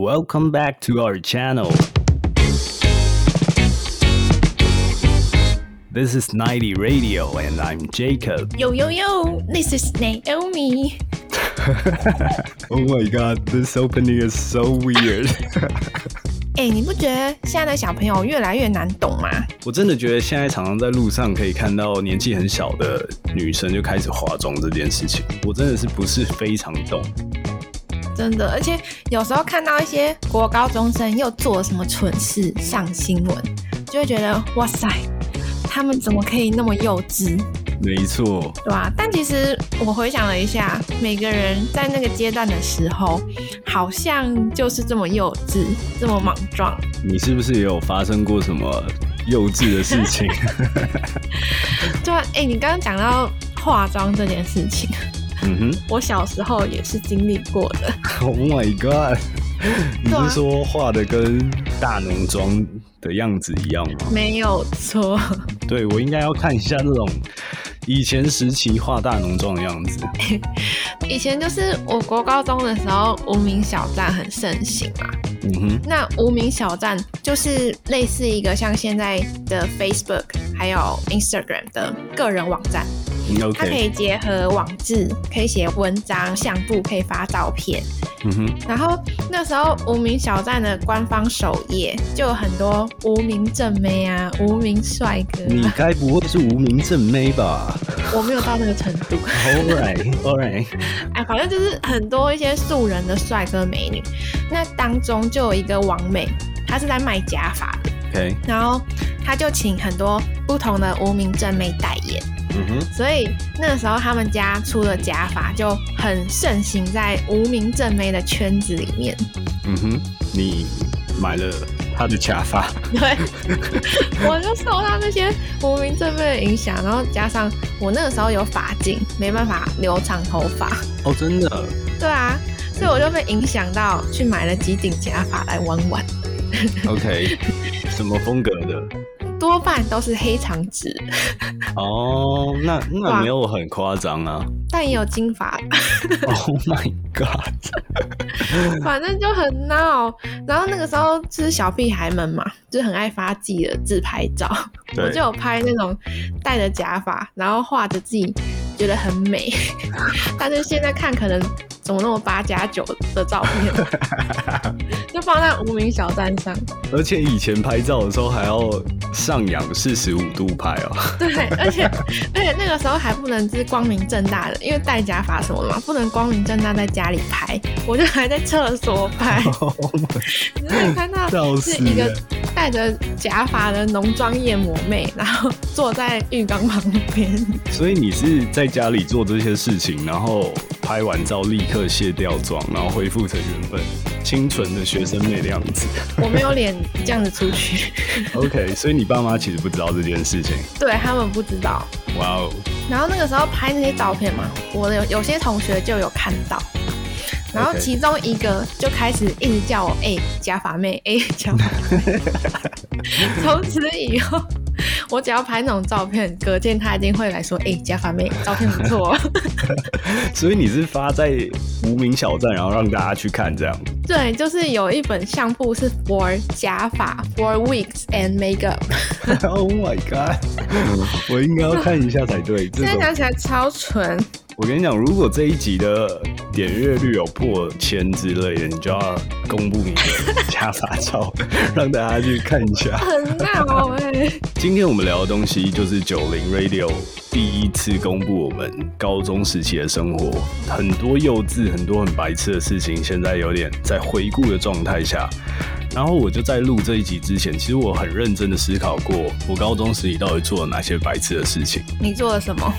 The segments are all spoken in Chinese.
Welcome back to our channel. This is 90 Radio, and I'm Jacob. Yo yo yo, this is Naomi. Oh my god, this opening is so weird. 哎、你不觉得现在的小朋友越来越难懂吗？我真的觉得现在常常在路上可以看到年纪很小的女生就开始化妆这件事情，我真的是不是非常懂。真的，而且有时候看到一些国高中生又做了什么蠢事上新闻，就会觉得哇塞，他们怎么可以那么幼稚，没错，对吧、但其实我回想了一下，每个人在那个阶段的时候，好像就是这么幼稚，这么莽撞。你是不是也有发生过什么幼稚的事情？对啊，哎、你刚刚讲到化妆这件事情， 嗯我小时候也是经历过的。哼，Oh my god！你啊是说画的跟大浓妆的样子一样吗？没有错，对，我应该要看一下那种以前时期画大浓妆的样子。 以前就是我国高中的时候，无名小站很盛行嘛。嗯哼，那无名小站就是类似一个像现在的 Facebook 还有 Instagram 的个人网站，嗯它可以，OK，结合网志，可以写文章、相簿，可以发照片。嗯哼，然后那时候无名小站的官方首页就有很多无名正妹啊、无名帅哥你啊，该不会是无名正妹吧 我没有到那个程度。 ？All right，All right，哎，反正就是很多一些素人的帅哥美女，那当中就有一个王美，她是在卖假发的， OK，然后她就请很多不同的无名正妹代言，嗯哼，所以那时候他们家出的假发就很盛行在无名正妹的圈子里面。嗯哼，你买了他的假发，对，我就受到那些无名正妹的影响，然后加上我那个时候有发镜，没办法留长头发，哦，真的，对啊，所以我就被影响到去买了几顶假发来玩玩。 OK，什么风格的？多半都是黑长直，哦，那那哇没有很夸张啊。但也有金发， Oh my god！反正就很闹。然后那个时候就是小屁孩们嘛，就很爱发自己的自拍照，我就有拍那种戴着假发，然后画着自己觉得很美，但是现在看可能怎么那么八加九的照片，就放在无名小站上。而且以前拍照的时候还要上仰四十五度拍哦。对，而且而且那个时候还不能是光明正大的，因为戴假发什么的嘛，不能光明正大在家里拍，我就还在厕所拍。哦你可以看到笑死是一个戴着假发的浓妆艳抹妹，然后坐在浴缸旁 边。所以你是在家里做这些事情，然后拍完照立刻卸掉妆，然后恢复成原本清纯的学生妹的样子。我没有脸这样子出去， OK，所以你爸妈其实不知道这件事情。对他们不知道。哇哦，然后那个时候拍那些照片嘛，我的有有些同学就有看到。然后 OK 其中一个就开始一直叫我哎、假发妹哎、假发妹， 从此以后我只要拍那种照片，隔天他一定会来说哎、假发妹照片不错哦，所以你是发在无名小站，然后让大家去看这样。对，就是有一本相簿是 for 假发 for wigs and makeup， oh my god！我应该要看一下才对。这现在种想起来超纯，我跟你讲，如果这一集的点阅率有破千之类的，你就要公布你的加法照，让大家去看一 下。很闹哎、今天我们聊的东西就是九零 Radio 第一次公布我们高中时期的生活，很多幼稚、很多很白痴的事情，现在有点在回顾的状态下。然后我就在录这一集之前，其实我很认真的思考过，我高中时期到底做了哪些白痴的事情。 你做了什么？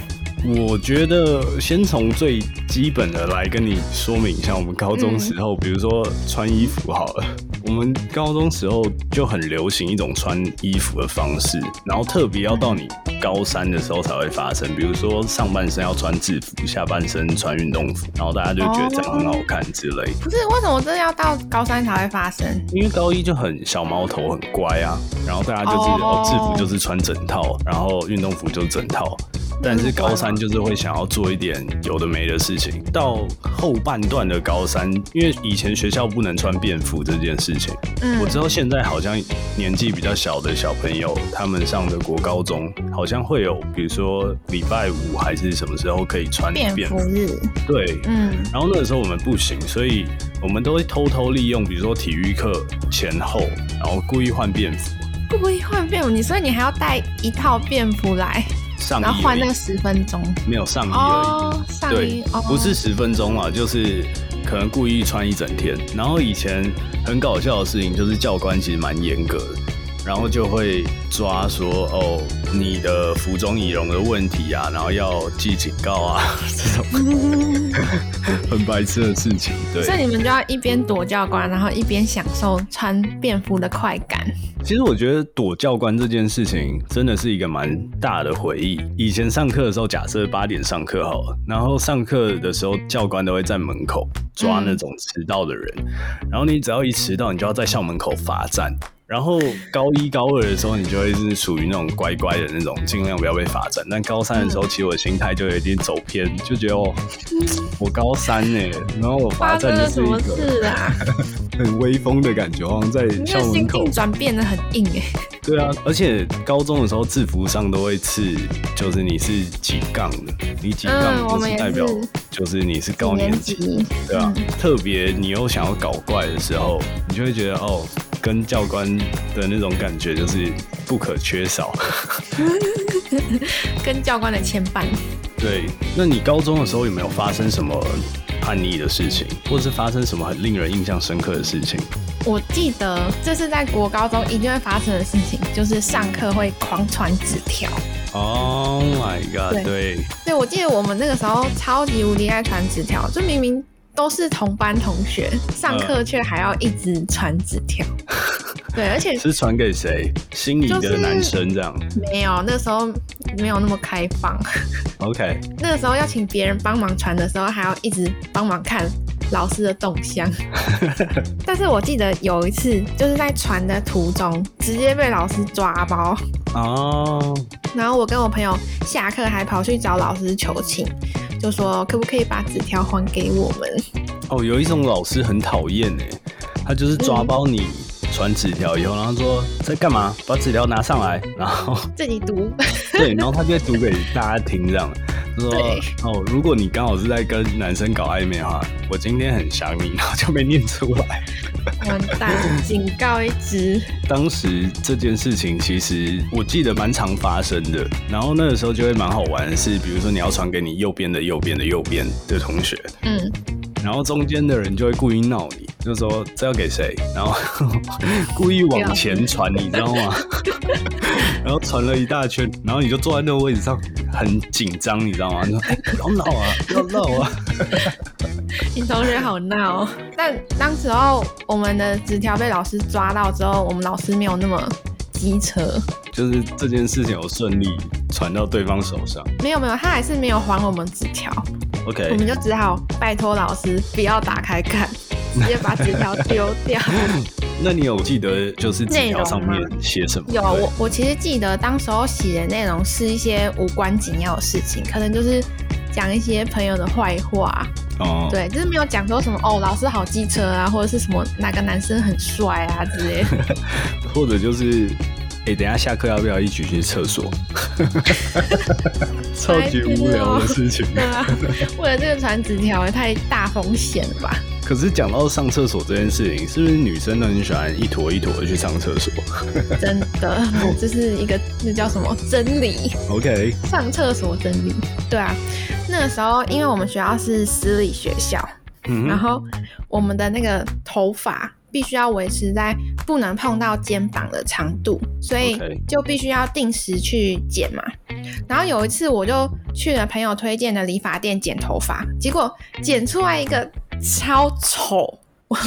我觉得先从最基本的来跟你说明一下，我们高中时候，比如说穿衣服好了，我们高中时候就很流行一种穿衣服的方式，然后特别要到你高三的时候才会发生，比如说上半身要穿制服，下半身穿运动服，然后大家就觉得这样很好看之类。不是为什么真的要到高三才会发生？因为高一就很小毛头，很乖啊，然后大家就是哦哦制服就是穿整套，然后运动服就是整套，但是嗯高三就是会想要做一点有的没的事情。到后半段的高三，因为以前学校不能穿便服这件事情，嗯我知道现在好像年纪比较小的小朋友，他们上的国高中好像会有，比如说礼拜五还是什么时候可以穿便便服日，对，嗯然后那个时候我们不行，所以我们都会偷偷利用，比如说体育课前后，然后故意换便服，故意换便服，你所以你还要带一套便服来，上衣然后换而已那个十分钟没有上衣而已。哦，上对衣哦，，不 是十分钟啊，就是可能故意穿一整天。然后以前很搞笑的事情就是教官其实蛮严格的，然后就会抓说哦你的服装仪容的问题啊，然后要记警告啊这种很白痴的事情。对，所以你们就要一边躲教官，然后一边享受穿便服的快感。其实我觉得躲教官这件事情真的是一个蛮大的回忆。以前上课的时候，假设八点上课好了，然后上课的时候教官都会在门口抓那种迟到的人，然后你只要一迟到，你就要在校门口罚站。然后高一高二的时候，你就会是属于那种乖乖的那种，尽量不要被罚站。但高三的时候，其实我的心态就有点走偏，就觉得哦，我高三呢、然后我罚嗯发生站了就是什一么个事啊？很威风的感觉，好像在你这校个门心口境转变的很硬哎、对啊，而且高中的时候制服上都会刺，就是你是几杠的，你几嗯杠我就们也代表是就是你是高几年年级，级，对啊。特别你又想要搞怪的时候，你就会觉得哦，跟教官的那种感觉就是不可缺少。 跟教官的牵绊。对，那你高中的时候有没有发生什么叛逆的事情，或是发生什么很令人印象深刻的事情？我记得这是在国高中一定会发生的事情，就是上课会狂传纸条。 Oh my god！对对，对，我记得我们那个时候超级无敌爱传纸条，就明明都是同班同学，上课却还要一直传纸条。对，而且嗯是传给谁？心仪就是的男生 这样。没有那时候没有那么开放， OK，那个时候要请别人帮忙传的时候，还要一直帮忙看老师的动向。 但是我记得有一次，就是在传的途中，直接被老师抓包。哦、然后我跟我朋友下课还跑去找老师求情，就说可不可以把纸条还给我们？哦，有一种老师很讨厌哎，他就是抓包你传纸条以后，然后说在干嘛，把纸条拿上来，然后自己读。对，然后他就会读给大家听这样。他说对哦，如果你刚好是在跟男生搞暧昧的话，我今天很想你，然后就没念出来。完蛋，警告一只。当时这件事情其实我记得蛮常发生的，然后那个时候就会蛮好玩的是，比如说你要传给你右边的右边的右边的同学，嗯，然后中间的人就会故意闹你，就说这要给谁，然后 故意往前传，你知道 吗？然后传了一大圈，然后你就坐在那个位置上，很紧张，你知道吗？你说、哎不要闹啊，不要闹啊！ 你同学好闹、哦。但当时候我们的纸条被老师抓到之后，我们老师没有那么机车，就是这件事情有顺利传到对方手上没有没有，他还是没有还我们纸条，我，OK，们就只好拜托老师不要打开看，直接把纸条丢掉。那你有记得就是纸条上内容面写什么？有啊对我，我其实记得当时候写的内容是一些无关紧要的事情，可能就是讲一些朋友的坏话，哦，对，就是没有讲说什么哦，老师好机车啊，或者是什么哪个男生很帅啊之类的。或者就是。哎、等一下下课要不要一起去厕 所？超级无聊的事情。对啊，为了这个传纸条也太大风险了吧？可是讲到上厕所这件事情，是不是女生都很喜欢一坨一坨的去上厕所真的，这是一个那叫什么真理？ ？OK，上厕所真理。对啊，那个时候因为我们学校是私立学校，嗯然哼，后我们的那个头发必须要维持在不能碰到肩膀的长度，所以 OK 就必须要定时去剪嘛。然后有一次我就去了朋友推荐的理发店剪头发，结果剪出来一个超丑，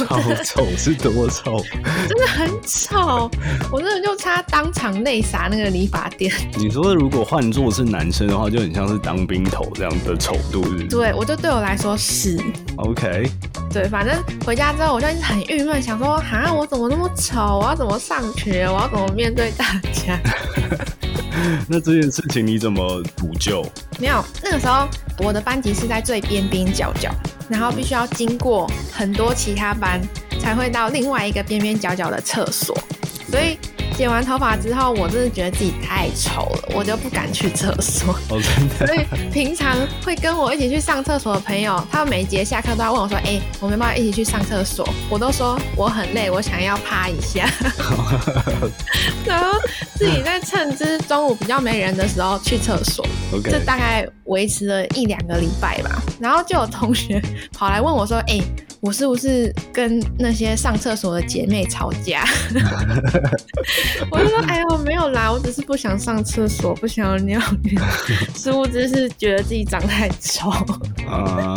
超臭是多臭？真的很丑，我真的就差当场内杀那个理发店。你说如果换做是男生的话，就很像是当兵头这样的丑度是不是对我就对我来说是。 ？OK，对，反正回家之后我就一直很郁闷，想说哈，我怎么那么丑？我要怎么上学？我要怎么面对大家？那这件事情你怎么补救？ 没有，那个时候我的班级是在最边边角角，然后必须要经过很多其他班，才会到另外一个边边角角的厕所。所以剪完头发之后，我真的觉得自己太丑了，我就不敢去厕所。哦，真的所以平常会跟我一起去上厕所的朋友，他们每一节下课都要问我说：“哎、我们要不要一起去上厕所？”我都说我很累，我想要趴一下。然后自己在趁之中午比较没人的时候去厕所， ，OK，这大概维持了一两个礼拜吧。然后就有同学跑来问我说：“哎、我是不是跟那些上厕所的姐妹吵架？” 我就说：“哎呦，没有啦，我只是不想上厕所，不想要尿尿。殊不知是觉得自己长太丑。啊，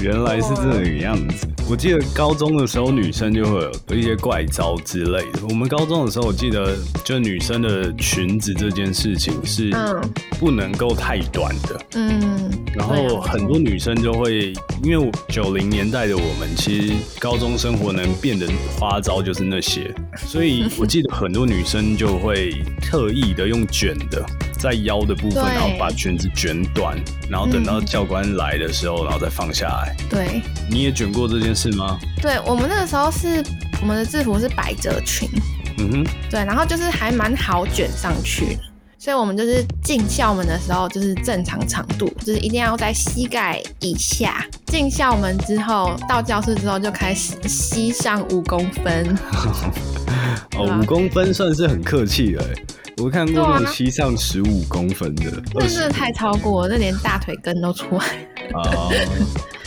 原来是这个样子。我记得高中的时候，女生就会有一些怪招之类的。我们高中的时候，我记得就女生的裙子这件事情是嗯不能够太短的。嗯，然后很多女生就会，因为九零年代的我们，其实高中生活能变的花招就是那些，所以我记得很多女生就会特意的用卷的，在腰的部分，对然后把裙子卷短，然后等到嗯教官来的时候，然后再放下来。对你也卷过这件事吗？对，我们那个时候是我们的制服是百褶裙，嗯哼，对，然后就是还蛮好卷上去的，所以我们就是进校门的时候就是正常长度，就是一定要在膝盖以下。进校门之后，到教室之后就开始膝上五公 分，对哦，啊五公分算是很客气了欸、我看过那对种啊膝上十五公分的，那20真的太超过了，那连大腿根都出来。 啊、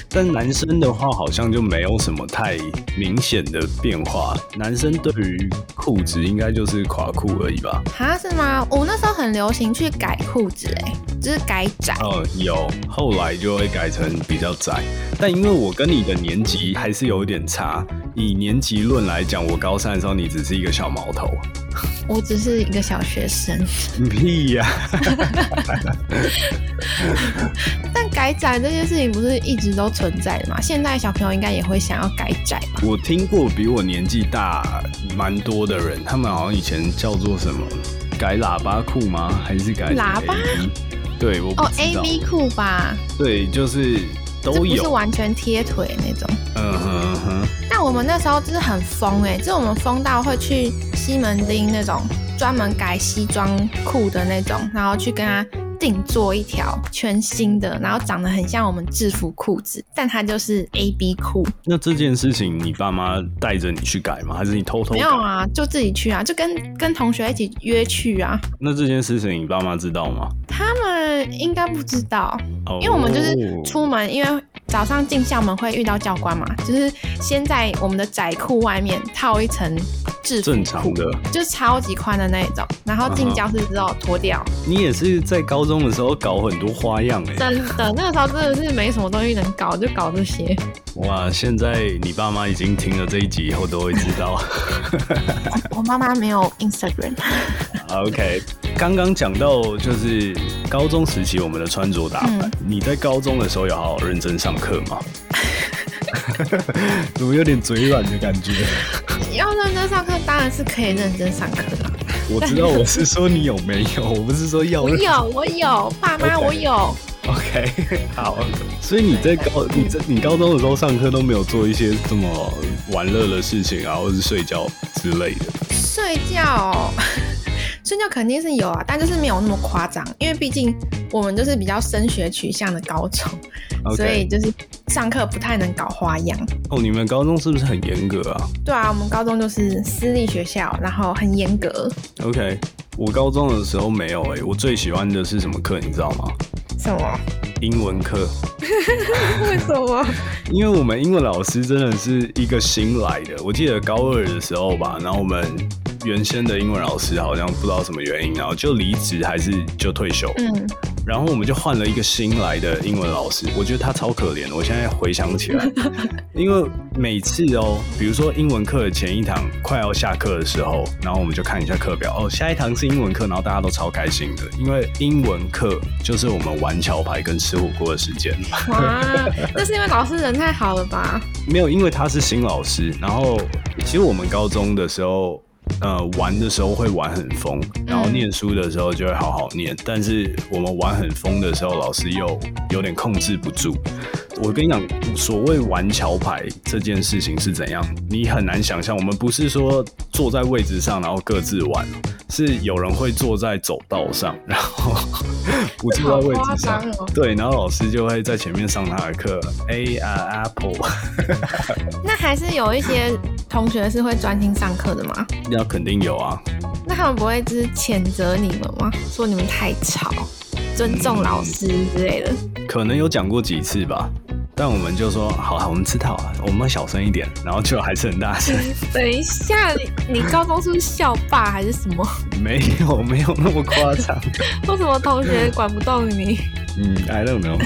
但男生的话好像就没有什么太明显的变化。男生对于裤子应该就是垮裤而已吧？哈，啊是吗？我那时候很流行去改裤子、哎，就是改窄。哦，有，后来就会改成比较窄。但因为我跟你的年级还是有一点差，以年级论来讲，我高三的时候你只是一个小毛头，我只是一个小学生，屁呀、但改窄这件事情不是一直都存在的嘛？现在小朋友应该也会想要改窄吧？我听过比我年纪大蛮多的人，他们好像以前叫做什么改喇叭裤吗？还是改什么喇叭 AV？对，我不哦知，A 道。 V 裤吧？对，就是这都不是有。完全贴腿那种。嗯哼嗯哼，但我们那时候就是很疯哎、欸，就是我们疯到会去西门町那种专门改西装裤的那种，然后去跟他定做一条全新的，然后长得很像我们制服裤子，但它就是 A B 裤，那这件事情你爸妈带着你去改吗？还是你偷偷没改？有啊，就自己去啊，就跟跟同学一起约去啊。那这件事情你爸妈知道吗？他们应该不知道，哦，因为我们就是出门，因为早上进校门会遇到教官嘛，就是先在我们的窄裤外面套一层制服正常的。就超级宽的那一种，然后进教室之后脱掉，你也是在高中的时候搞很多花样哎、真的那个时候真的是没什么东西能搞，就搞这些。哇！现在你爸妈已经听了这一集以后都会知道。 我妈妈没有 Instagram， OK，刚刚讲到就是高中时期我们的穿着打扮，嗯你在高中的时候有好好认真上课吗？ 怎么有点嘴软的感觉？要认真上课当然是可以认真上课啦。我知道我是说你有没有，哦我不是说要我认。有，我有，爸妈 OK 我有， OK，好。所以你在高你在你高中的时候上课都没有做一些这么玩乐的事情啊，或是睡觉之类的。睡觉 哦、睡觉肯定是有啊，但就是没有那么夸张，因为毕竟我们就是比较升学取向的高中 OK 所以就是上课不太能搞花样。哦，你们高中是不是很严格啊对啊，我们高中就是私立学校，然后很严格。 ？OK，我高中的时候没有诶、欸我最喜欢的是什么课，你知道吗？什么？英文课。为什么？因为我们英文老师真的是一个新来的，我记得高二的时候吧，然后我们原先的英文老师好像不知道什么原因，然后就离职还是就退休，嗯，然后我们就换了一个新来的英文老师，我觉得他超可怜的。我现在回想起来，因为每次哦，比如说英文课的前一堂快要下课的时候，然后我们就看一下课表，哦，下一堂是英文课，然后大家都超开心的，因为英文课就是我们玩桥牌跟吃火锅的时间。哇，那是因为老师人太好了吧？没有，因为他是新老师。然后，其实我们高中的时候，呃玩的时候会玩很疯，然后嗯念书的时候就会好好念，但是我们玩很疯的时候，老师又有点控制不住。我跟你讲，所谓玩桥牌这件事情是怎样，你很难想象。我们不是说坐在位置上然后各自玩，是有人会坐在走道上，然后 不啊坐在位置上好夸张哦。对，然后老师就会在前面上他的课。A 啊 Apple，那还是有一些同学是会专心上课的吗？那肯定有啊。那他们不会就是谴责你们吗？说你们太吵，尊重老师之类的？可能有讲过几次吧，但我们就说好了，我们知道了，我们小声一点，然后就还是很大声，等一下，你你高中是不是校霸还是什么？ 没有没有那么夸张， 为什么同学管不动你？嗯，I don't know。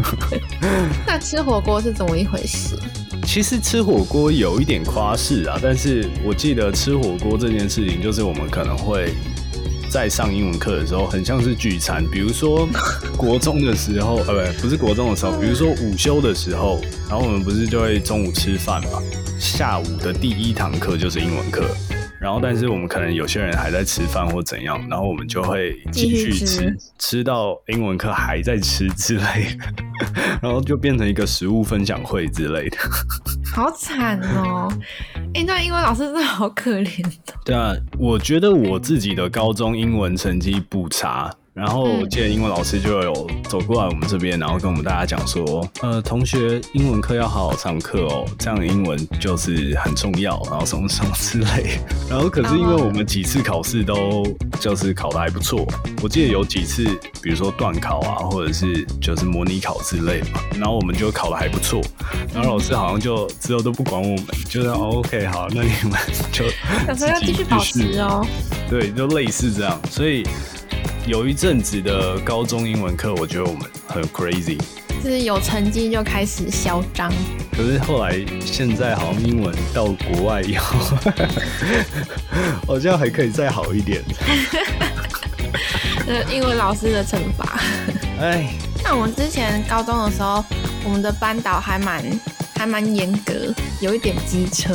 那吃火锅是怎么一回事？其实吃火锅有一点夸饰啊，但是我记得吃火锅这件事情，就是我们可能会在上英文课的时候，很像是聚餐。比如 说国中的时候，呃，不不是国中的时嗯候，比如说午休的时候，然后我们不是就会中午吃饭嘛？下午的第一堂课就是英文课，然后但是我们可能有些人还在吃饭或怎样，然后我们就会继续继续吃吃，吃到英文课还在吃之类的， 然后就变成一个食物分享会之类的。好惨哦！哎、那英文老师真的好可怜哦。对啊，我觉得我自己的高中英文成绩不差。然后我记得英文老师就有走过来我们这边，然后跟我们大家讲说，呃，同学英文课要好好上课哦，这样英文就是很重要，然后什么什么之类。 然后可是因为我们几次考试都就是考得还不错，我记得有几次，比如说段考啊，或者是就是模拟考之类嘛，然后我们就考得还不错，然后老师好像就之后都不管我们，就是、哦 OK 好，那你们就想说要继续保持哦。对，就类似这样。所以有一阵子的高中英文课，我觉得我们很 crazy。就是有成绩就开始嚣张，可是后来现在好像英文到国外以后， 好像还可以再好一点。呃，英文老师的惩罚。哎， 那我们之前高中的时候，我们的班导还蛮还蛮严格，有一点机车，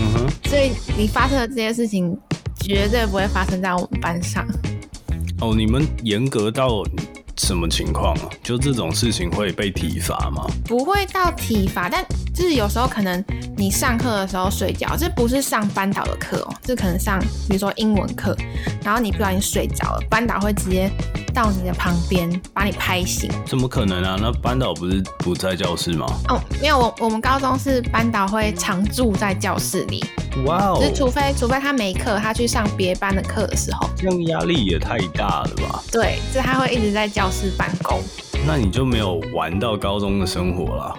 嗯哼，所以你发生的这些事情绝对不会发生在我们班上。哦，你们严格到什么情况啊？就这种事情会被体罚吗？不会到体罚，但就是有时候可能你上课的时候睡觉，这不是上班导的课哦，这可能上比如说英文课，然后你不小心睡着了，班导会直接到你的旁边把你拍醒。怎么可能啊？那班导不是不在教室吗？哦，没有，我我们高中是班导会常驻在教室里，哇哦就是除非除非他没课，他去上别班的课的时候，这样压力也太大了吧？对，就他会一直在教室办公。那你就没有玩到高中的生活啦。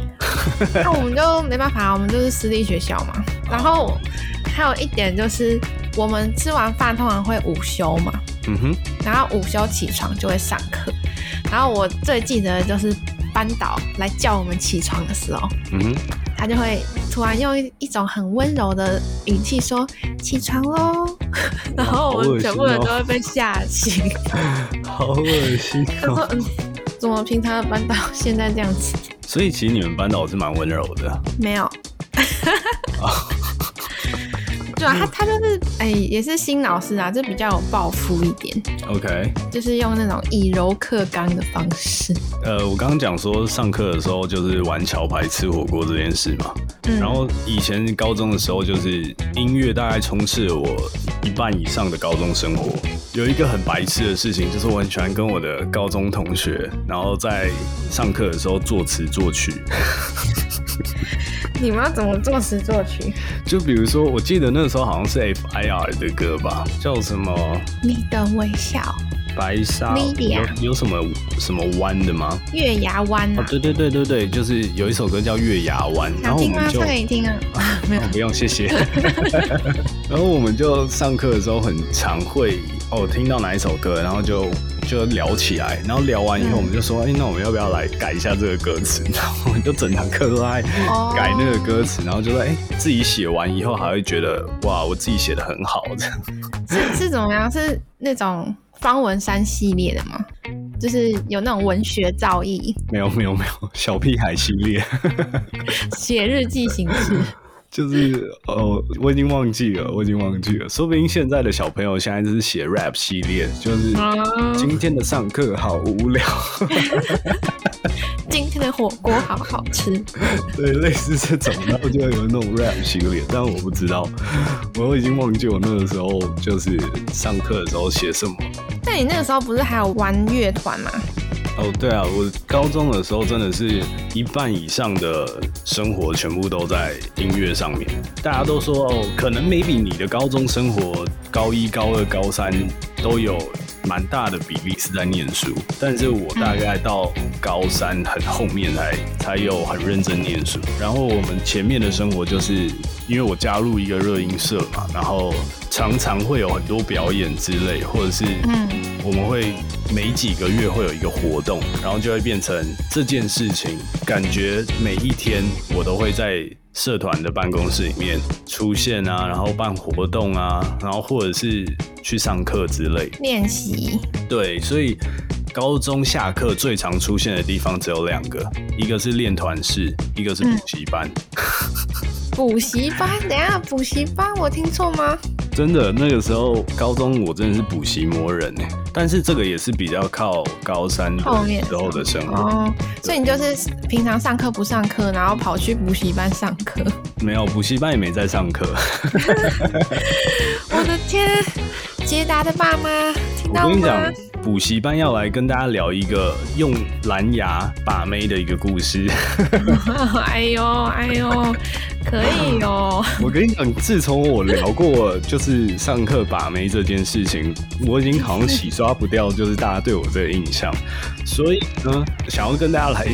那我们就没办法，我们就是私立学校嘛。然后还有一点就是，我们吃完饭通常会午休嘛，嗯哼。然后午休起床就会上课。然后我最记得的就是班导来叫我们起床的时候，嗯他就会突然用一一种很温柔的语气说：“起床喽！” 然后好我恶们心全部人哦都会被吓醒。哼，好恶心哦他 说：“嗯，怎么平常的班导现在这样子？所以其实你们班导是蛮温柔的，没 有。”对啊，他他就是哎、也是新老师啊，就比较有抱负一点， OK。就是用那种以柔克刚的方式。呃，我刚刚讲说上课的时候就是玩桥牌、吃火锅这件事嘛。嗯然后以前高中的时候，就是音乐大概充斥了我一半以上的高中生活。有一个很白痴的事情，就是我很喜欢跟我的高中同学，然后在上课的时候作词作曲。你们要怎么作词作曲？就比如说，我记得那时候好像是 FIR 的歌吧，叫什么你的微笑，白沙 Lydia 有有什么什么湾的吗？月牙湾哦啊，，对对对对对，就是有一首歌叫《月牙湾》，哦然想后我听吗们？就唱给 你听啊。没有哦，不用谢 谢。然后我们就上课的时候很常会哦，听到哪一首歌，然后就就聊起来，然后聊完以后嗯我们就说，哎、那我们要不要来改一下这个歌词？ 然后我们就整堂课都在哦改那个歌词，然后就说，哎、自己写完以后还会觉得哇，我自己写的很好这样。是是怎么样？是那种方文山系列的吗？就是有那种文学造诣、没有没有没有，小屁孩系列。写日记形式。就是哦，我已经忘记了，我已经忘记了。说不定现在的小朋友现在就是写 rap 系列，就是今天的上课好无聊，今天的火锅好好吃。 对，类似这种，然后就有那种 rap 系列，但我不知道，我已经忘记我那个时候就是上课的时候写什么。但你那个时候不是还有玩乐团吗？哦、oh,，对啊，我高中的时候真的是一半以上的生活全部都在音乐上面。大家都说哦，可能 maybe 你的高中生活，高一、高二、高三都有蛮大的比例是在念书，但是我大概到高三很后面才才有很认真念书。然后我们前面的生活就是，因为我加入一个热音社嘛，然后常常会有很多表演之类，或者是嗯。我们会每几个月会有一个活动，然后就会变成这件事情。感觉每一天我都会在社团的办公室里面出现啊，然后办活动啊，然后或者是去上课之类练习。对，所以高中下课最常出现的地方只有两个，一个是练团室，一个是补习班。嗯补习班？等下，补习班我听错吗？真的，那个时候高中我真的是补习魔人哎，但是这个也是比较靠高三后面之后的生活哦。所以你就是平常上课不上课，然后跑去补习班上 课？没有，补习班也没在上 课。我的天，捷达的爸妈听到吗？我跟你讲补习班要来跟大家聊一个用蓝牙把妹的一个故事。 哎呦哎呦，可以 哦！我跟你讲，自从我聊过就是上课把妹这件事情，我已经好像洗刷不掉，就是大家对我这个印象。所以呢，想要跟大家来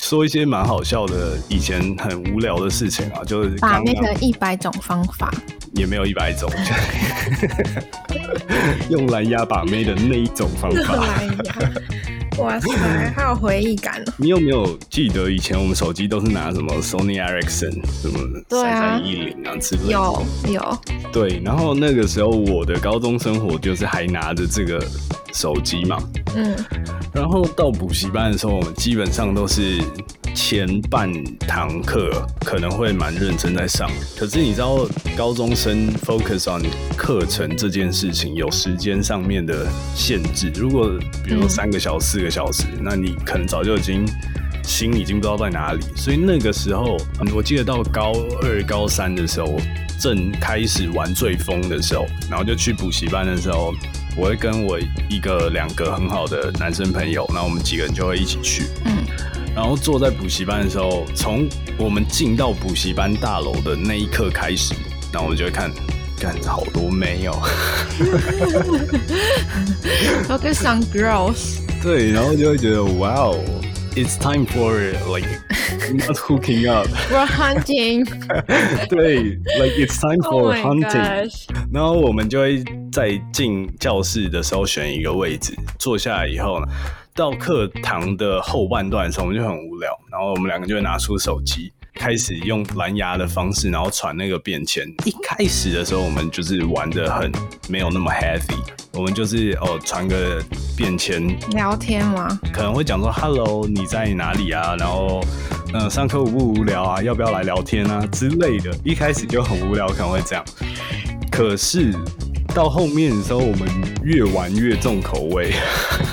说一些蛮好笑的、以前很无聊的事情啊，就是把妹的一百种方法。也没有一百种， 用蓝牙把妹的那一种方 法。哎哇塞，还有回忆感呢！你有没有记得以前我们手机都是拿什么 Sony Ericsson 什么三三一零啊之类的？有有。对，然后那个时候我的高中生活就是还拿着这个手机嘛。嗯。然后到补习班的时候，我们基本上都是前半堂课可能会蛮认真在上，可是你知道高中生 focus on 课程这件事情有时间上面的限制，如果比如说三个小时。嗯一个小时，那你可能早就已经心已经不知道在哪里，所以那个时候，嗯我记得到高二、高三的时候，正开始玩最疯的时候，然后就去补习班的时候，我会跟我一个、两个很好的男生朋友，然后我们几个人就会一起去。嗯然后坐在补习班的时候，从我们进到补习班大楼的那一刻开始，然后我们就会看。干好多哦没有，都跟 some girls 对，然后就会觉得哦 wow it's time for like not hooking up we're hunting 对 like it's time Oh for hunting，、oh、然后我们就会在进教室的时候选一个位置坐下来以后呢，到课堂的后半段的时候我们就很无聊，然后我们两个就会拿出手机。开始用蓝牙的方式，然后传那个便签。一开始的时候，我们就是玩的很没有那么 happy，我们就是哦传个便签聊天吗？可能会讲说 “hello，你在哪里啊？”然后嗯、呃，上课无不无聊啊？要不要来聊天啊之类的？一开始就很无聊，可能会这样。可是到后面的时候，我们越玩越重口味。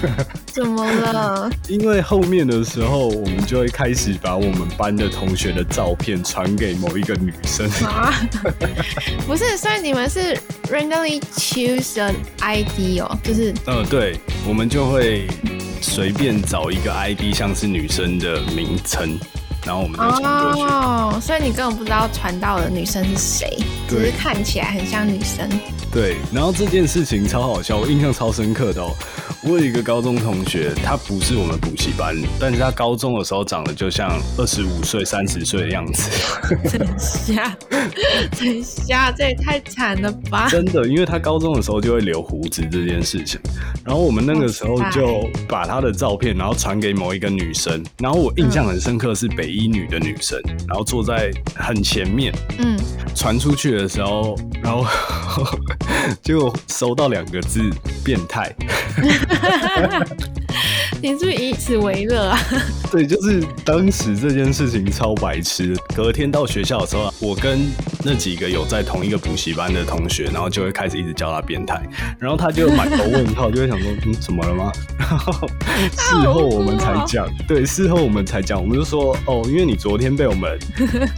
怎么 了？因为后面的时候，我们就会开始把我们班的同学的照片传给某一个女生。 啊，不是，所以你们是 randomly choose an ID 哦，就是……呃，对，我们就会随便找一个 ID，像是女生的名称。然后我们就传过去。哦、 oh,，所以你根本不知道传到的女生是谁，只是看起来很像女生。 对，然后这件事情超好笑，我印象超深刻的哦。我有一个高中同学，他不是我们补习班，但是他高中的时候长得就像二十五岁、三十岁的样子。等一下，等一下，这也太惨了吧！真的，因为他高中的时候就会留胡子这件事情，然后我们那个时候就把他的照片，然后传给某一个女生，然后我印象很深刻是北。一女的女生，然后坐在很前面，嗯，传出去的时候，然后 结果收到两个字“变态”你是不是以此为乐啊？ 对，就是当时这件事情超白痴。隔天到学校的时候，我跟那几个有在同一个补习班的同学，然后就会开始一直叫他变态，然后他就满头问号，就会想说嗯怎么了吗？ 然后事后我们才讲，对，事后我们才讲，我们就说哦，因为你昨天被我们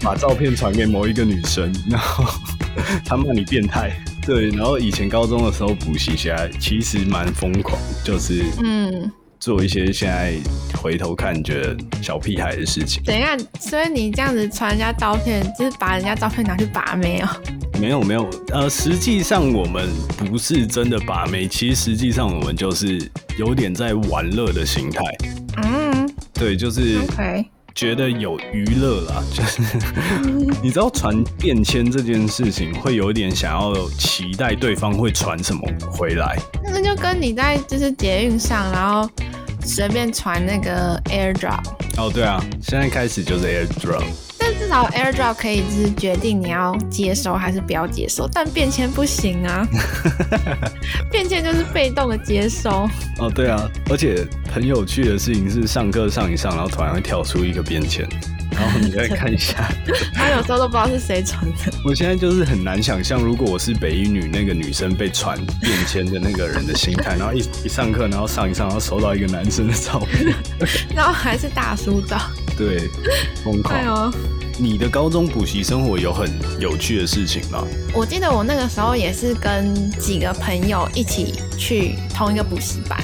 把照片传给某一个女生，然后 她骂你变态。对，然后以前高中的时候补习下来，其实蛮疯狂，就是嗯，做一些现在回头看觉得小屁孩的事情。等一下，所以你这样子传人家照片，就是把人家照片拿去把妹哦、没有没有，呃，实际上我们不是真的把妹，其实实际上我们就是有点在玩乐的心态。嗯对，就是，OK，觉得有娱乐啦， 就是你知道传便签这件事情，会有点想要期待对方会传什么回来。那就跟你在就是捷运上，然后随便传那个 AirDrop，哦，对啊，现在开始就是 airdrop。但至少 AirDrop 可以就是决定你要接收还是不要接收，但便签不行 啊，便签就是被动的接收。哦，对啊，而且很有趣的事情是，上课上一上，然后突然会跳出一个便 签，然后你再看一下。他有时候都不知道是谁传的。我现在就是很难想象，如果我是北一女那个女生被传便签的那个人的心态，然后一一上课，然后上一上，然后收到一个男生的照片，然后还是大叔照， 对，疯狂。哎呦！你的高中补习生活有很有趣的事情吗？我记得我那个时候也是跟几个朋友一起去同一个补习班，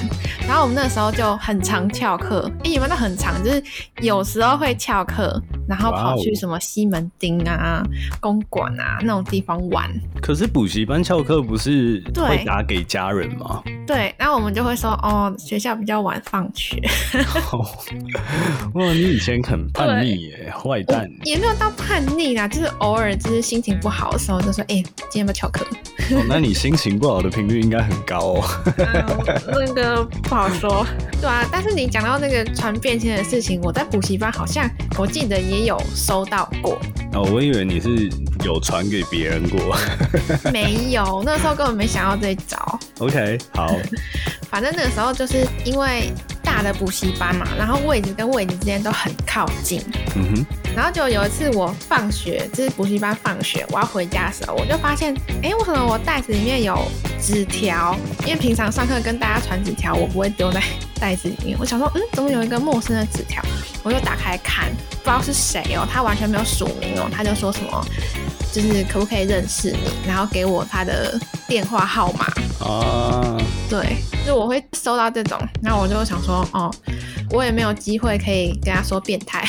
然后我们那个时候就很常翘课，诶，也没有到很常，就是有时候会翘课，然后哇跑哦去什么西门町啊、公馆啊那种地方玩。可是补习班翘课不是对会打给家人吗？对，然后我们就会说，哦，学校比较晚放学， 哇，你以前很叛逆耶，坏我蛋！也没有到叛逆啦，就是偶尔就是心情不好的时候就说，哎诶，今天要不要翘课？哦那你心情不好的频率应该很高哦。嗯，那个不好说。对啊，但是你讲到那个传便签的事情，我在补习班好像我记得也有收到过，哦，我以为你是有传给别人过。没有，那时候根本没想到这一招。 OK，好，反正那个时候就是因为大的补习班嘛，然后位置跟位置之间都很靠近，嗯哼，然后就有一次我放学，就是补习班放学，我要回家的时候，我就发现，哎，为什么我袋子里面有纸条？因为平常上课跟大家传纸条，我不会丢在袋子里面。我想说，嗯，怎么有一个陌生的纸条？我就打开看，不知道是谁哦，他完全没有署名哦，他就说什么，就是可不可以认识你，然后给我他的电话号码。啊，对，就我会收到这种，那我就想说，哦，我也没有机会可以跟他说变态，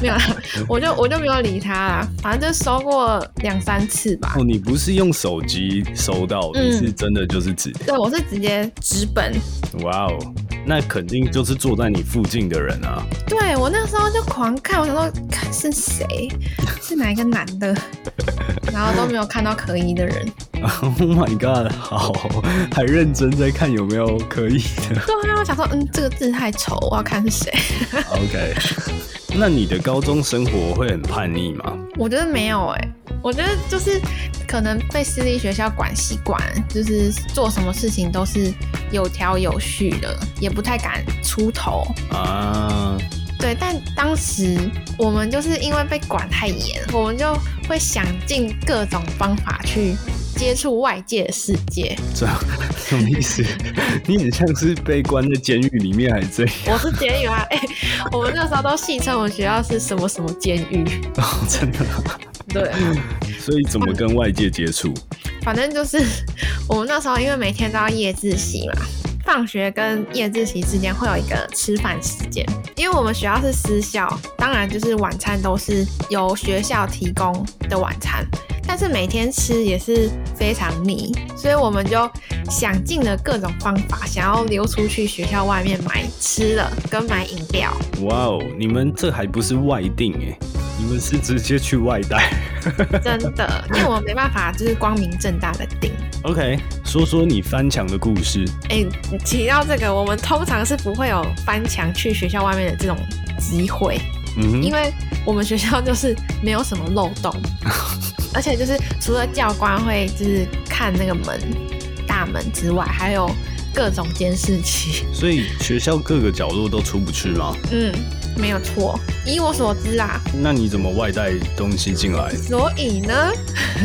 没有啦，我就我就没有理他啦，反正就收过两三次吧。哦，你不是用手机收到，嗯你是真的就是纸条。对，我是直接纸本。哇哦，那肯定就是坐在你附近的人啊。 对我那时候就狂看，我想说看是谁，是哪一个男的，然后都没有看到可疑的人。 Oh my god，好，还认真在看有没有可以的。对啊，我想说，嗯，这个字太丑，我要看是谁。 OK，那你的高中生活会很叛逆吗？我觉得没有哎、我觉得就是可能被私立学校管习惯，就是做什么事情都是有条有序的，也不太敢出头。啊，对，但当时我们就是因为被管太严，我们就会想尽各种方法去接触外界的世界。这什么意思？ 你很像是被关在监狱里面，还是这样？我是监狱啊，哎、我们那时候都戏称我们学校是什么什么监狱。哦 真的啊？对。所以怎么跟外界接触？反正就是 我们那时候因为每天都要夜自习嘛，放学跟夜自习之间会有一个吃饭时间，因为我们学校是私校，当然就是晚餐都是由学校提供的晚餐。但是每天吃也是非常腻，所以我们就想尽了各种方法，想要溜出去学校外面买吃的跟买饮料。哇哦，你们这还不是外定哎，你们是直接去外带。真的，因为我们没办法，就是光明正大的订。 OK，说说你翻墙的故事。哎、提到这个，我们通常是不会有翻墙去学校外面的这种机会，嗯因哼，为我们学校就是没有什么漏 洞，而且就是除了教官会就是看那个门大门之外，还有各种监视器。所以学校各个角落都出不去吗？嗯，没有错，以我所知啊。那你怎么外带东西进来？所以呢，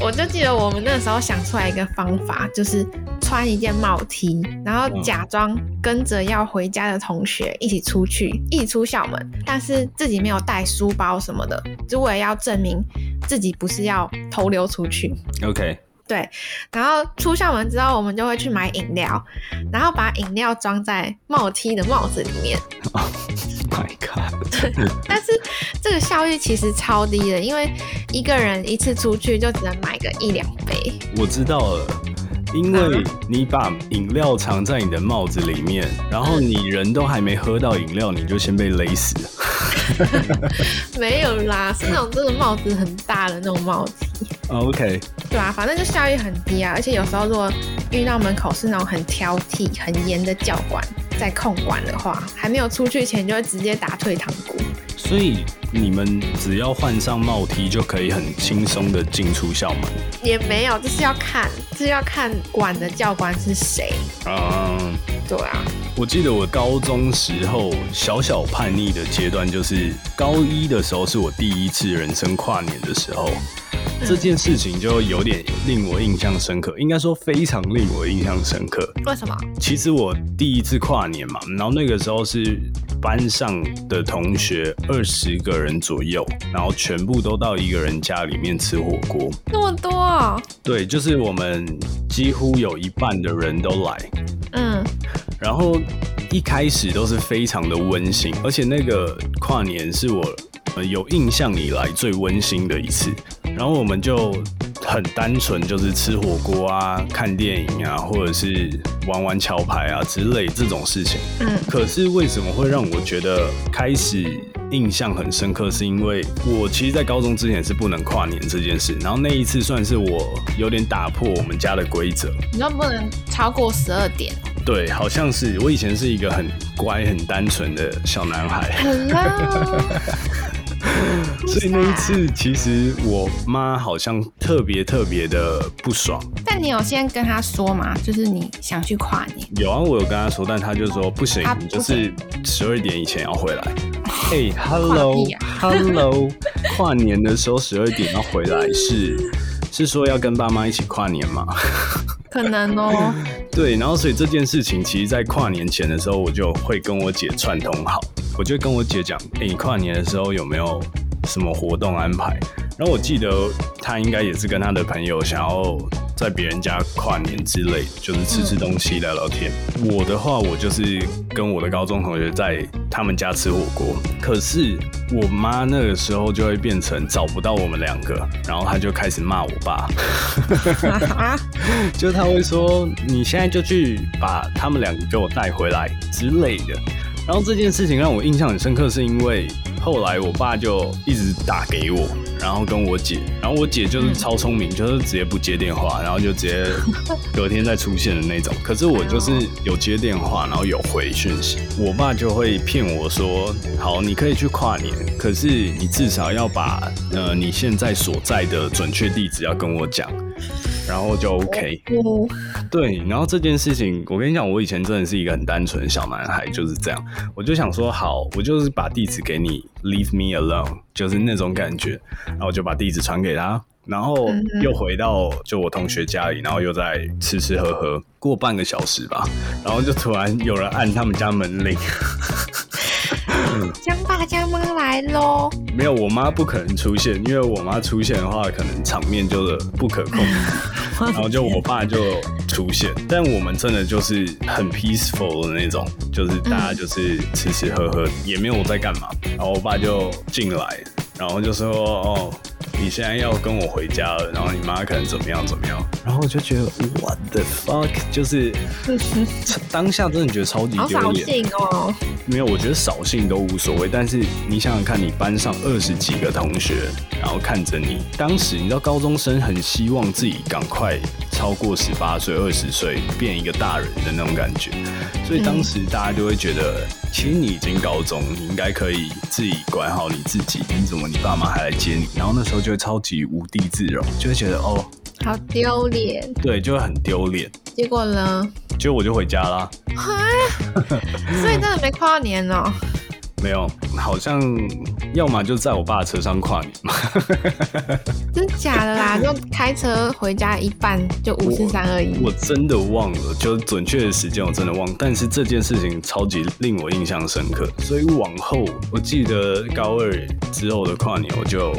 我就记得我们那时候想出来一个方法，就是穿一件帽 T，然后假装跟着要回家的同学一起出去，一起出校门，但是自己没有带书包什么的，就为了要证明自己不是要偷溜出去。 OK，对，然后出校门之后，我们就会去买饮料，然后把饮料装在帽 T 的帽子里面。 Oh my god！但是这个效率其实超低的，因为一个人一次出去就只能买个一两杯。我知道了，因为你把饮料藏在你的帽子里面，然后你人都还没喝到饮料，你就先被勒死了。没有啦，是那种真的帽子很大的那种帽子。 OK，对啊，反正就效率很低啊，而且有时候如果遇到门口是那种很挑剔、很严的教官在控管的话，还没有出去前就会直接打退堂鼓。所以你们只要换上帽 T 就可以很轻松的进出校门。也没有，就是要看，就是要看管的教官是谁。嗯，对啊，我记得我高中时候小小叛逆的阶段，就是高一的时候是我第一次人生跨年的时候。这件事情就有点令我印象深刻，应该说非常令我印象深刻。为什么？其实我第一次跨年嘛，然后那个时候是班上的同学二十个人左右，然后全部都到一个人家里面吃火锅。那么多哦、对，就是我们几乎有一半的人都来，嗯，然后一开始都是非常的温馨，而且那个跨年是我。呃，有印象以来最温馨的一次，然后我们就很单纯，就是吃火锅啊、看电影啊，或者是玩玩桥牌啊之类这种事情。嗯，可是为什么会让我觉得开始印象很深刻？是因为我其实，在高中之前是不能跨年这件事，然后那一次算是我有点打破我们家的规则。你说不能超过十二点，对，好像是我以前是一个很乖、很单纯的小男孩。啊 Hello，所以那一次，其实我妈好像特别特别的不爽。 但你有先跟他说吗？就是你想去跨年，有啊，我有跟她说，但她就说不行啊，你不就行是十二点以前要 回来。哎跨屁啊，hello，hello，跨 年的时候十二点要回来是是说要跟爸妈一起跨年吗？可能哦。 对，然后所以这件事情，其实，在跨年前的时候，我就会跟我姐串通好，我就跟我姐讲，哎、你跨年的时候有没有什么活动安排？然后我记得她应该也是跟她的朋友想要在别人家跨年之类，就是吃吃东西、聊聊天。我的话，我就是跟我的高中同学在他们家吃火锅，可是我妈那个时候就会变成找不到我们两个，然后她就开始骂我爸。啊， 就他会说你现在就去把他们两个给我带回来之类的。然后这件事情让我印象很深刻，是因为后来我爸就一直打给我，然后跟我姐，然后我姐就是超聪明，就是直接不接电话，然后就直接隔天再出现的那种。可是我就是有接电话，然后有回讯息，我爸就会骗我说，好，你可以去跨年，可是你至少要把呃你现在所在的准确地址要跟我讲，然后就 OK。我对，然后这件事情，我跟你讲，我以前真的是一个很单纯的小男孩，就是这样。我就想说，好，我就是把地址给你，leave me alone，就是那种感觉。然后我就把地址传给他，然后嗯哼又回到就我同学家里，然后又在吃吃喝喝。过半个小时吧，然后就突然有人按他们家门铃。江爸江妈来喽，没有，我妈不可能出现，因为我妈出现的话，可能场面就是不可 控。然后就我爸就出现，但我们真的就是很 peaceful 的那种，就是大家就是吃吃喝喝，也没有我在干嘛。然后我爸就进来，然后就说：“哦，你现在要跟我回家了，然后你妈可能怎么样怎么样。”然后我就觉得 what the fuck，就是当下真的觉得超级好丢扫脸。兴哦。没有，我觉得扫兴都无所谓。但是你想想看，你班上二十几个同学，然后看着你，当时你知道高中生很希望自己赶快超过十八岁、二十岁，变一个大人的那种感觉。所以当时大家就会觉得，其实你已经高中，你应该可以自己管好你自己。你怎么你爸妈还来接你？然后那时候就会超级无地自容，就会觉得哦，好丢脸。对，就会很丢脸。结果呢？结果我就回家啦。所以真的没跨年哦。没有，好像要么就在我爸车上跨年嘛。真假 的啦？就开车回家一半就五四三二一。我真的忘了，就准确的时间我真的忘了，但是这件事情超级令我印象深刻，所以往后我记得高二之后的跨年我就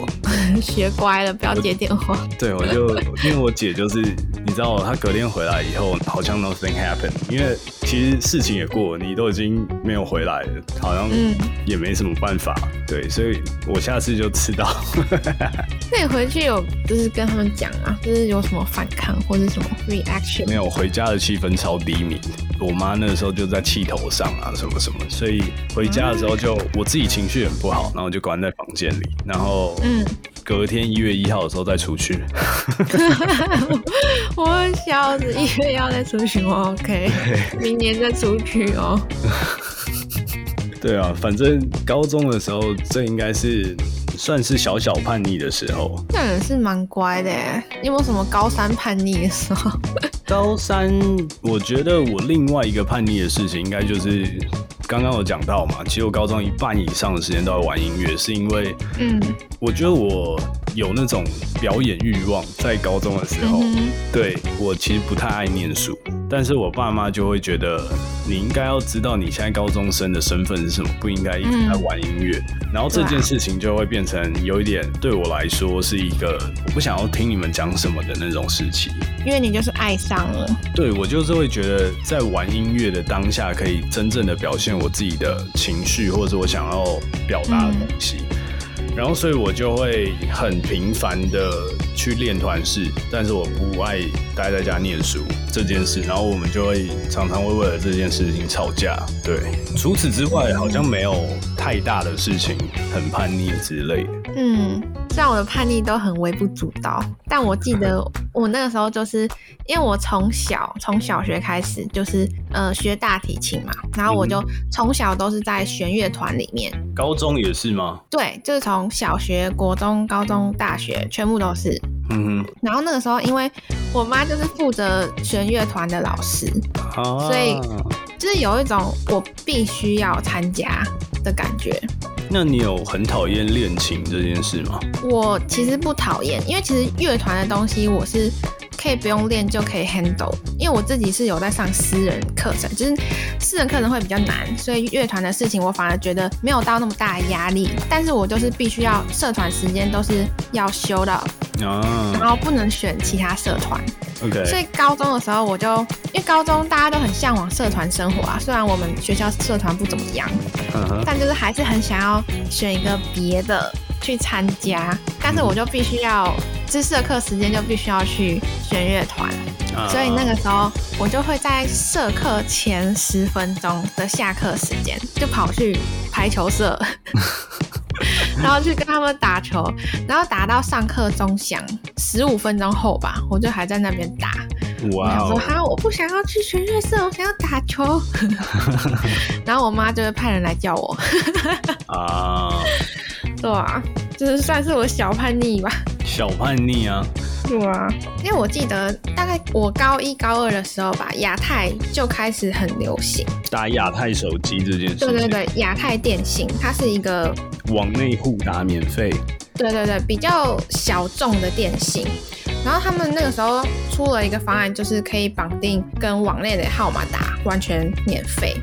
学乖了，不要接电话。对，我就因为我姐就是你知道，她隔天回来以后好像 nothing happened，因为其实事情也过了，你都已经没有回来了，好像也没什么办法。对，所以我下次就知道。那你回去有就是跟他们讲啊，就是有什么反抗或者什么 reaction？没有，回家的气氛超低迷。我妈那时候就在气头上啊，什么什么，所以回家的时候就我自己情绪很不好，然后就关在房间里，然后嗯。隔天一月一号的时候再出去 我笑死！一月一号再出去我 OK，明年再出去哦。对啊，反正高中的时候，这应该是算是小小叛逆的时候。那也是蛮乖的耶，你有没有什么高三叛逆的时 候？高三，我觉得我另外一个叛逆的事情，应该就是刚刚有讲到嘛。其实我高中一半以上的时间都在玩音乐，是因为，嗯，我觉得我有那种表演欲望，在高中的时候，嗯、对我其实不太爱念书，但是我爸妈就会觉得你应该要知道你现在高中生的身份是什么，不应该一直在玩音乐。嗯、然后这件事情就会变成有一点对我来说是一个我不想要听你们讲什么的那种事情，因为你就是爱上。对，我就是会觉得在玩音乐的当下，可以真正的表现我自己的情绪，或者是我想要表达的东西。嗯、然后，所以我就会很频繁的去练团式，但是我不爱待在家念书这件事。然后我们就会常常会为了这件事情吵架。对，除此之外，好像没有太大的事情很叛逆之类的。嗯。虽然我的叛逆都很微不足道，但我记得我那个时候就是因为我从小从小学开始就是呃学大提琴嘛，然后我就从小都是在弦乐团里面。高中也是吗？对，就是从小学、国中、高中、大学全部都是。嗯哼。然后那个时候，因为我妈就是负责弦乐团的老师，啊、所以就是有一种我必须要参加的感觉。那你有很讨厌练琴这件事吗？我其实不讨厌，因为其实乐团的东西我是可以不用练就可以 handle，因为我自己是有在上私人课程，就是私人课程会比较难，所以乐团的事情我反而觉得没有到那么大的压力。但是我就是必须要社团时间都是要修到，啊、嗯然后不能选其他社团。 OK，所以高中的时候我就因为高中大家都很向往社团生活啊，虽然我们学校社团不怎么样，uh 嗯 huh. 但就是还是很想要选一个别的。去参加，但是我就必须要，知识课时间就必须要去弦乐团，啊、所以那个时候我就会在社课前十分钟的下课时间，就跑去排球社，然后去跟他们打球，然后打到上课钟响十五分钟后吧，我就还在那边打。哦我想说哈，我不想要去弦乐社，我想要打球。然后我妈就会派人来叫我。啊，uh、对啊，就是算是我小叛逆吧。小叛逆啊。对啊，因为我记得大概我高一高二的时候吧，亚太就开始很流行打亚太手机这件事。对对对，亚太电信它是一个往内互打免费。对对对，比较小众的电信。然后他们那个时候出了一个方案，就是可以绑定跟网内的号码打，完全免费。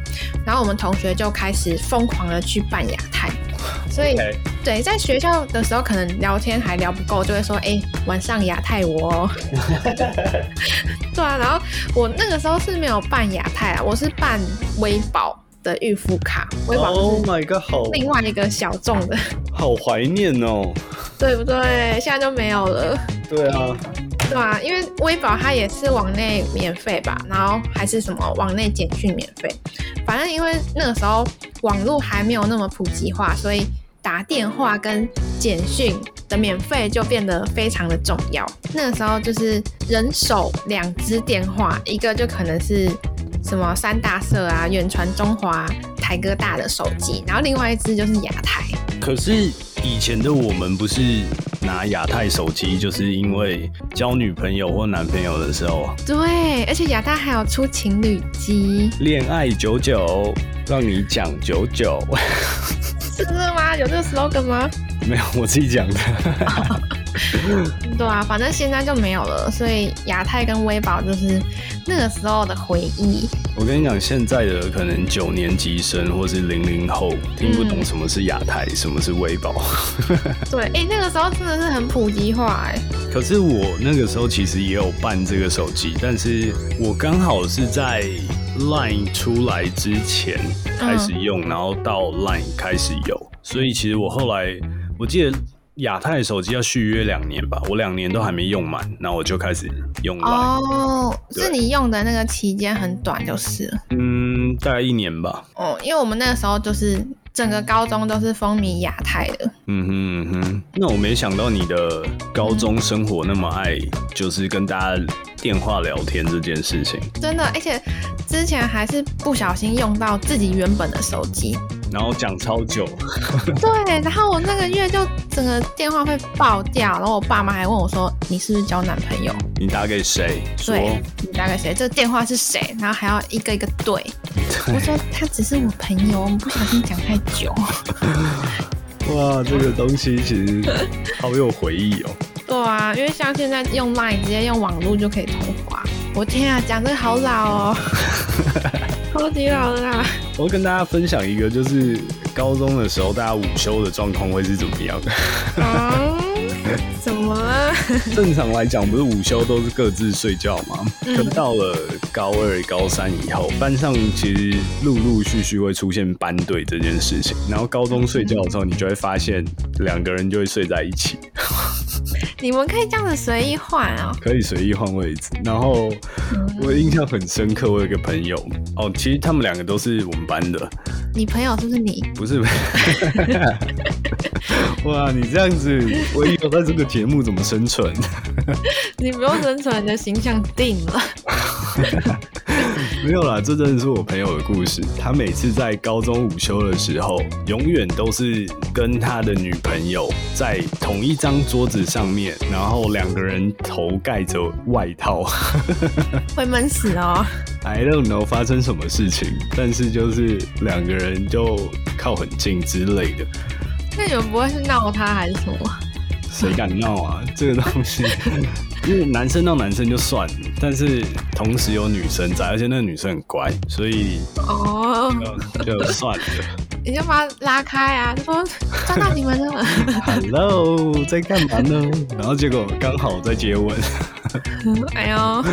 然后我们同学就开始疯狂的去办亚太，所以对，在学校的时候可能聊天还聊不够，就会说：“哎、欸，晚上亚太我、哦。”对啊，然后我那个时候是没有办亚太啊，我是办微保。的预付卡，微宝，Oh my god，好，另外一个小众，oh、的 God, 好怀念哦，对不对？现在就没有了。对啊，对啊，因为微宝它也是往内免费吧，然后还是什么往内简讯免费，反正因为那个时候网络还没有那么普及化，所以打电话跟简讯。的免费就变得非常的重要。那个时候就是人手两只电话，一个就可能是什么三大社啊、远传中华、台哥大的手机，然后另外一只就是亚太。可是以前的我们不是拿亚太手机，就是因为交女朋友或男朋友的时候，对，而且亚太还有出情侣机，恋爱九九，让你讲九九， 是真的吗？有这个 slogan 吗？没有，我自己讲的。对啊，反正现在就没有了，所以亚太跟微宝就是那个时候的回忆。我跟你讲，现在的可能九年级生或是零零后听不懂什么是亚太，什么是微宝。对，哎、那个时候真的是很普及化、哎， 可是我那个时候其实也有办这个手机，但是我刚好是在 Line 出来之前开始用，然后到 Line 开始有，所以其实我后来我记得。亚太手机要续约两年吧，我两年都还没用满，然后我就开始用 Line，、哦，对是你用的那个期间很短就是了。嗯，大概一年吧。哦，因为我们那个时候就是整个高中都是风靡亚太的。嗯哼嗯哼，那我没想到你的高中生活那么爱，就是跟大家电话聊天这件事情。真的，而且之前还是不小心用到自己原本的手机，然后讲超久，对，然后我那个月就整个电话费爆掉，然后我爸妈还问我说：“你是不是交男朋友你打给谁？”说对，你大概谁？这个电话是谁？然后还要一个一个对。我说他只是我朋友，我们不小心讲太久。哇，这个东西其实好有回忆哦。对啊，因为像现在用 Line 直接用网络就可以通话。我天啊，讲这个好老 哦，超级老了啦。我跟大家分享一个，就是高中的时候大家午休的状况会是怎么样？嗯，怎么啊了？正常来讲，不是午休都是各自睡觉吗？嗯可到了高二、高三以后，班上其实陆陆续续会出现班队这件事情。然后高中睡觉的时候，你就会发现两个人就会睡在一起，你们可以这样子随意换哦。可以随意换位置。然后我印象很深刻，我有一个朋友哦，其实他们两个都是我们班的， 你朋友是不是你？不是。 哇，你这样子，我以后在这个节目怎么生存？你不用生存，你的形象定了。没有啦，这真的是我朋友的故事。他每次在高中午休的时候，永远都是跟他的女朋友在同一张桌子上面，然后两个人头盖着外套。 会闷死哦。 I don't know 发生什么事情，但是就是两个人就靠很近之类的。那你们不会是闹他还是什么？谁敢闹啊？这个东西，因为男生闹男生就算了，但是同时有女生在，而且那个女生很乖，所以呃哦，就就算了。你就把他拉开啊，就说 抓到你们了。 Hello，在干嘛呢？然后结果刚好在接吻， 哎呦，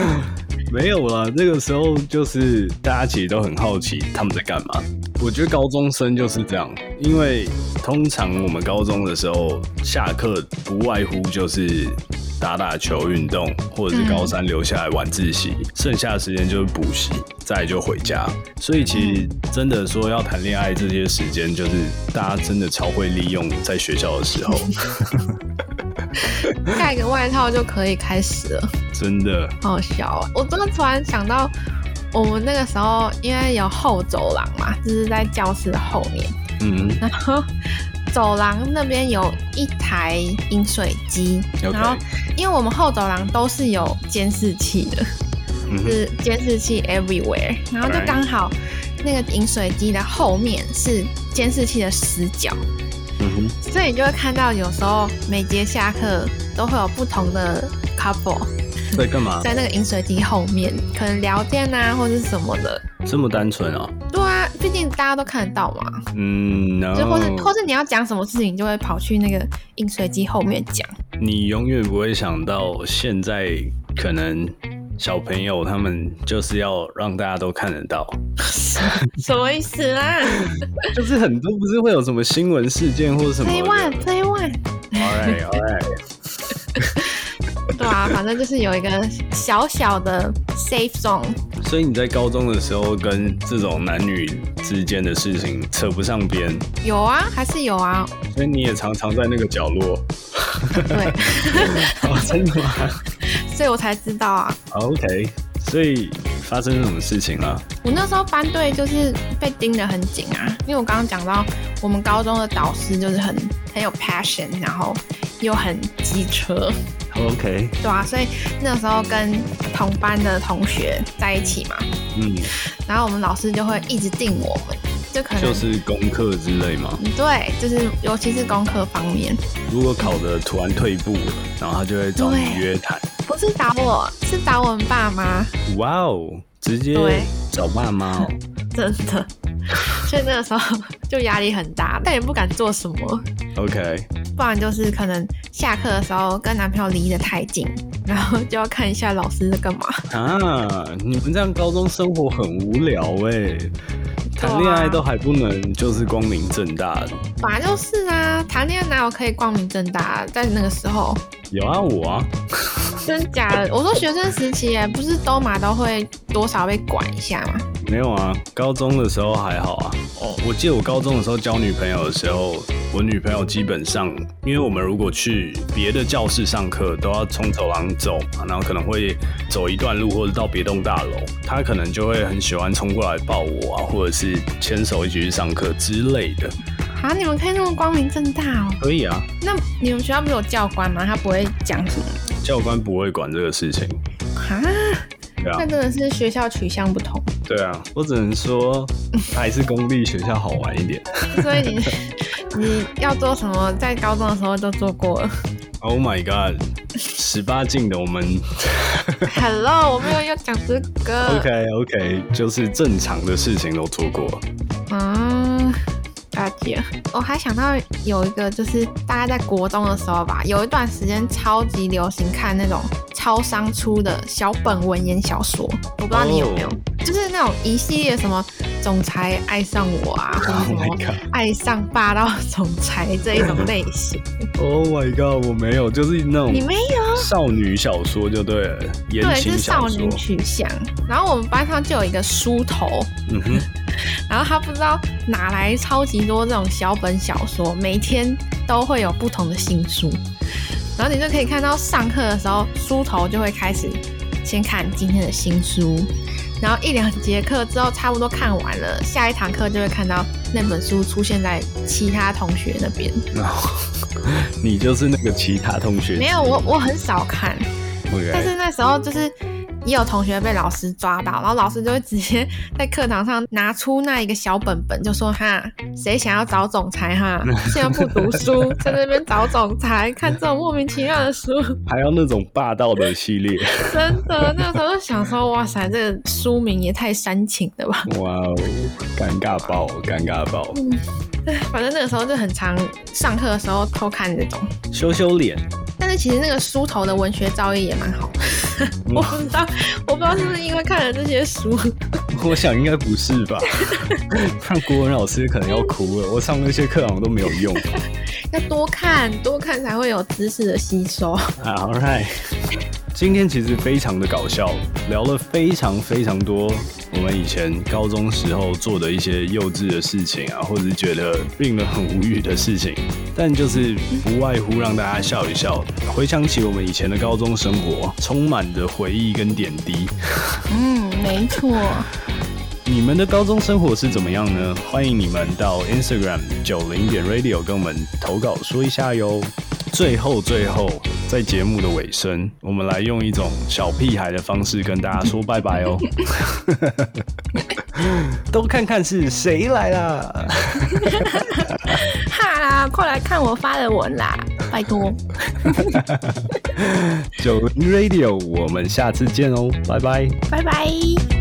没有啦。那个时候就是大家其实都很好奇他们在干嘛。我觉得高中生就是这样，因为通常我们高中的时候下课不外乎就是打打球、运动，或者是高三留下来晚自习，剩下的时间就是补习，再来就回家。所以其实真的说要谈恋爱这些时间，就是大家真的超会利用在学校的时候。盖个外套就可以开始了，真的，好好笑哦。我真的突然想到，我们那个时候因为有后走廊嘛，就是在教室的后面，嗯，然后走廊那边有一台饮水机 OK 然后因为我们后走廊都是有监视器的，嗯哼就是监视器 everywhere，然后就 Alright 刚好那个饮水机的后面是监视器的死角，嗯哼，所以你就会看到有时候每节下课都会有不同的 couple 在干嘛？在那个饮水机后面，可能聊天啊或者什么的。这么单纯啊？对啊，毕竟大家都看得到嘛，嗯，然就后或是或是你要讲什么事情，你就会跑去那个饮水机后面讲。你永远不会想到，现在可能小朋友他们就是要让大家都看得到，什么意思啊啦就是很多不是会有什么新闻事件或者什么？Play 的 one, play one。 ？Alright, alright，对啊，反正就是有一个小小的 safe zone。所以你在高中的时候跟这种男女之间的事情扯不上边，有啊，还是有啊。所以你也常常在那个角 落。对，哦，真的 吗所以我才知道啊。 ？OK，所以发生什么事情了？我那时候班队就是被盯得很紧啊，因为我刚刚讲到我们高中的导师就是很很很有 passion，然后又很机车。 OK，对啊，所以那时候跟同班的同学在一起嘛，嗯，然后我们老师就会一直定我们，就可能就是功课之类嘛。嗯对，就是尤其是功课方面，如果考的突然退步了，然后他就会找你对约谈。不是打我，是打我们爸妈，哇哦，直接对找爸妈、哦。真的。所以那个时候就压力很大，但也不敢做什么， OK，不然就是可能下课的时候跟男朋友离得太近， 然后就要看一下老师在干嘛。啊，你们这样高中生活很无聊哎、谈恋爱都还不能就是光明正大的，本来就是啊，谈恋爱哪有可以光明正大？啊在那个时候，有啊我啊，真假的？我说学生时期耶，不是都嘛都会多少被管一下嘛？没有啊，高中的时候还好啊。哦，我记得我高中的时候交女朋友的时候，我女朋友基本上，因为我们如果去别的教室上课，都要从走廊走嘛，啊然后可能会走一段路或者到别栋大楼，她可能就会很喜欢冲过来抱我啊，或者是牵手一起去上课之类的。啊，你们可以那么光明正大哦？可以啊，那你们学校不是有教官吗？他不会讲什么教官不会管这个 事情。啊？对啊那真，的是学校取向不同，对啊，我只能说还是公立学校好玩一点。所以你 你要做什么，在高中的时候都做过了。 Oh my god，十八禁的我们 Hello，我没有要讲这个。 OK OK，就是正常的事情都做过。啊，大姐，我还想到有一个，就是大家在国中的时候吧，有一段时间超级流行看那种超商出的小本文言小说，我不知道你有没有哦就是那种一系列什么总裁爱上我啊，或者 Oh 什 my 么 god 爱上霸道总裁这一种类型， Oh my god，我没有，就是那种你没有？啊少女小说就对了，言对，情是小少说女。取向。然后我们班上就有一个梳头，嗯哼，然后他不知道哪来超级多这种小本小说，每天都会有不同的新书，然后你就可以看到上课的时候，书头就会开始先看今天的新书，然后一两节课之后差不多看完了，下一堂课就会看到那本书出现在其他同学那边。然后 你就是那个其他同学之一没有，我我很少看，但 OK，是那时候就是也有同学被老师抓到，然后老师就会直接在课堂上拿出那一个小本本，就说哈，谁想要找总裁哈，现在不读书，在那边找总裁，看这种莫名其妙的书，还有那种霸道的系列。 真的，那时候就想说，哇塞，这个书名也太煽情了吧。 哇哦，尴尬爆，尴尬爆，反正那个时候就很常上课的时候偷看这种，羞羞脸。但是其实那个书头的文学造诣也蛮好， 我不知道，我不知道是不是因为看了这些书，我想应该不是 吧？看国文老师可能要哭了。我上那些课好像都没有用。要多看多看才会有知识的吸收。 All right，今天其实非常的搞笑，聊了非常非常多我们以前高中时候做的一些幼稚的事情啊，或者是觉得令人很无语的事情，但就是不外乎让大家笑一笑，回想起我们以前的高中生活，充满着回忆跟点滴。 嗯，没错。你们的高中生活是怎么样呢？欢迎你们到 Instagram 九零点 Radio 跟我们投稿说一下哟。最后，最后，在节目的尾声，我们来用一种小屁孩的方式跟大家说拜拜 哦。都看看是谁来啦！哈啦，快来看我发的文啦，拜托，九零 Radio，我们下次见哦，拜拜。拜拜。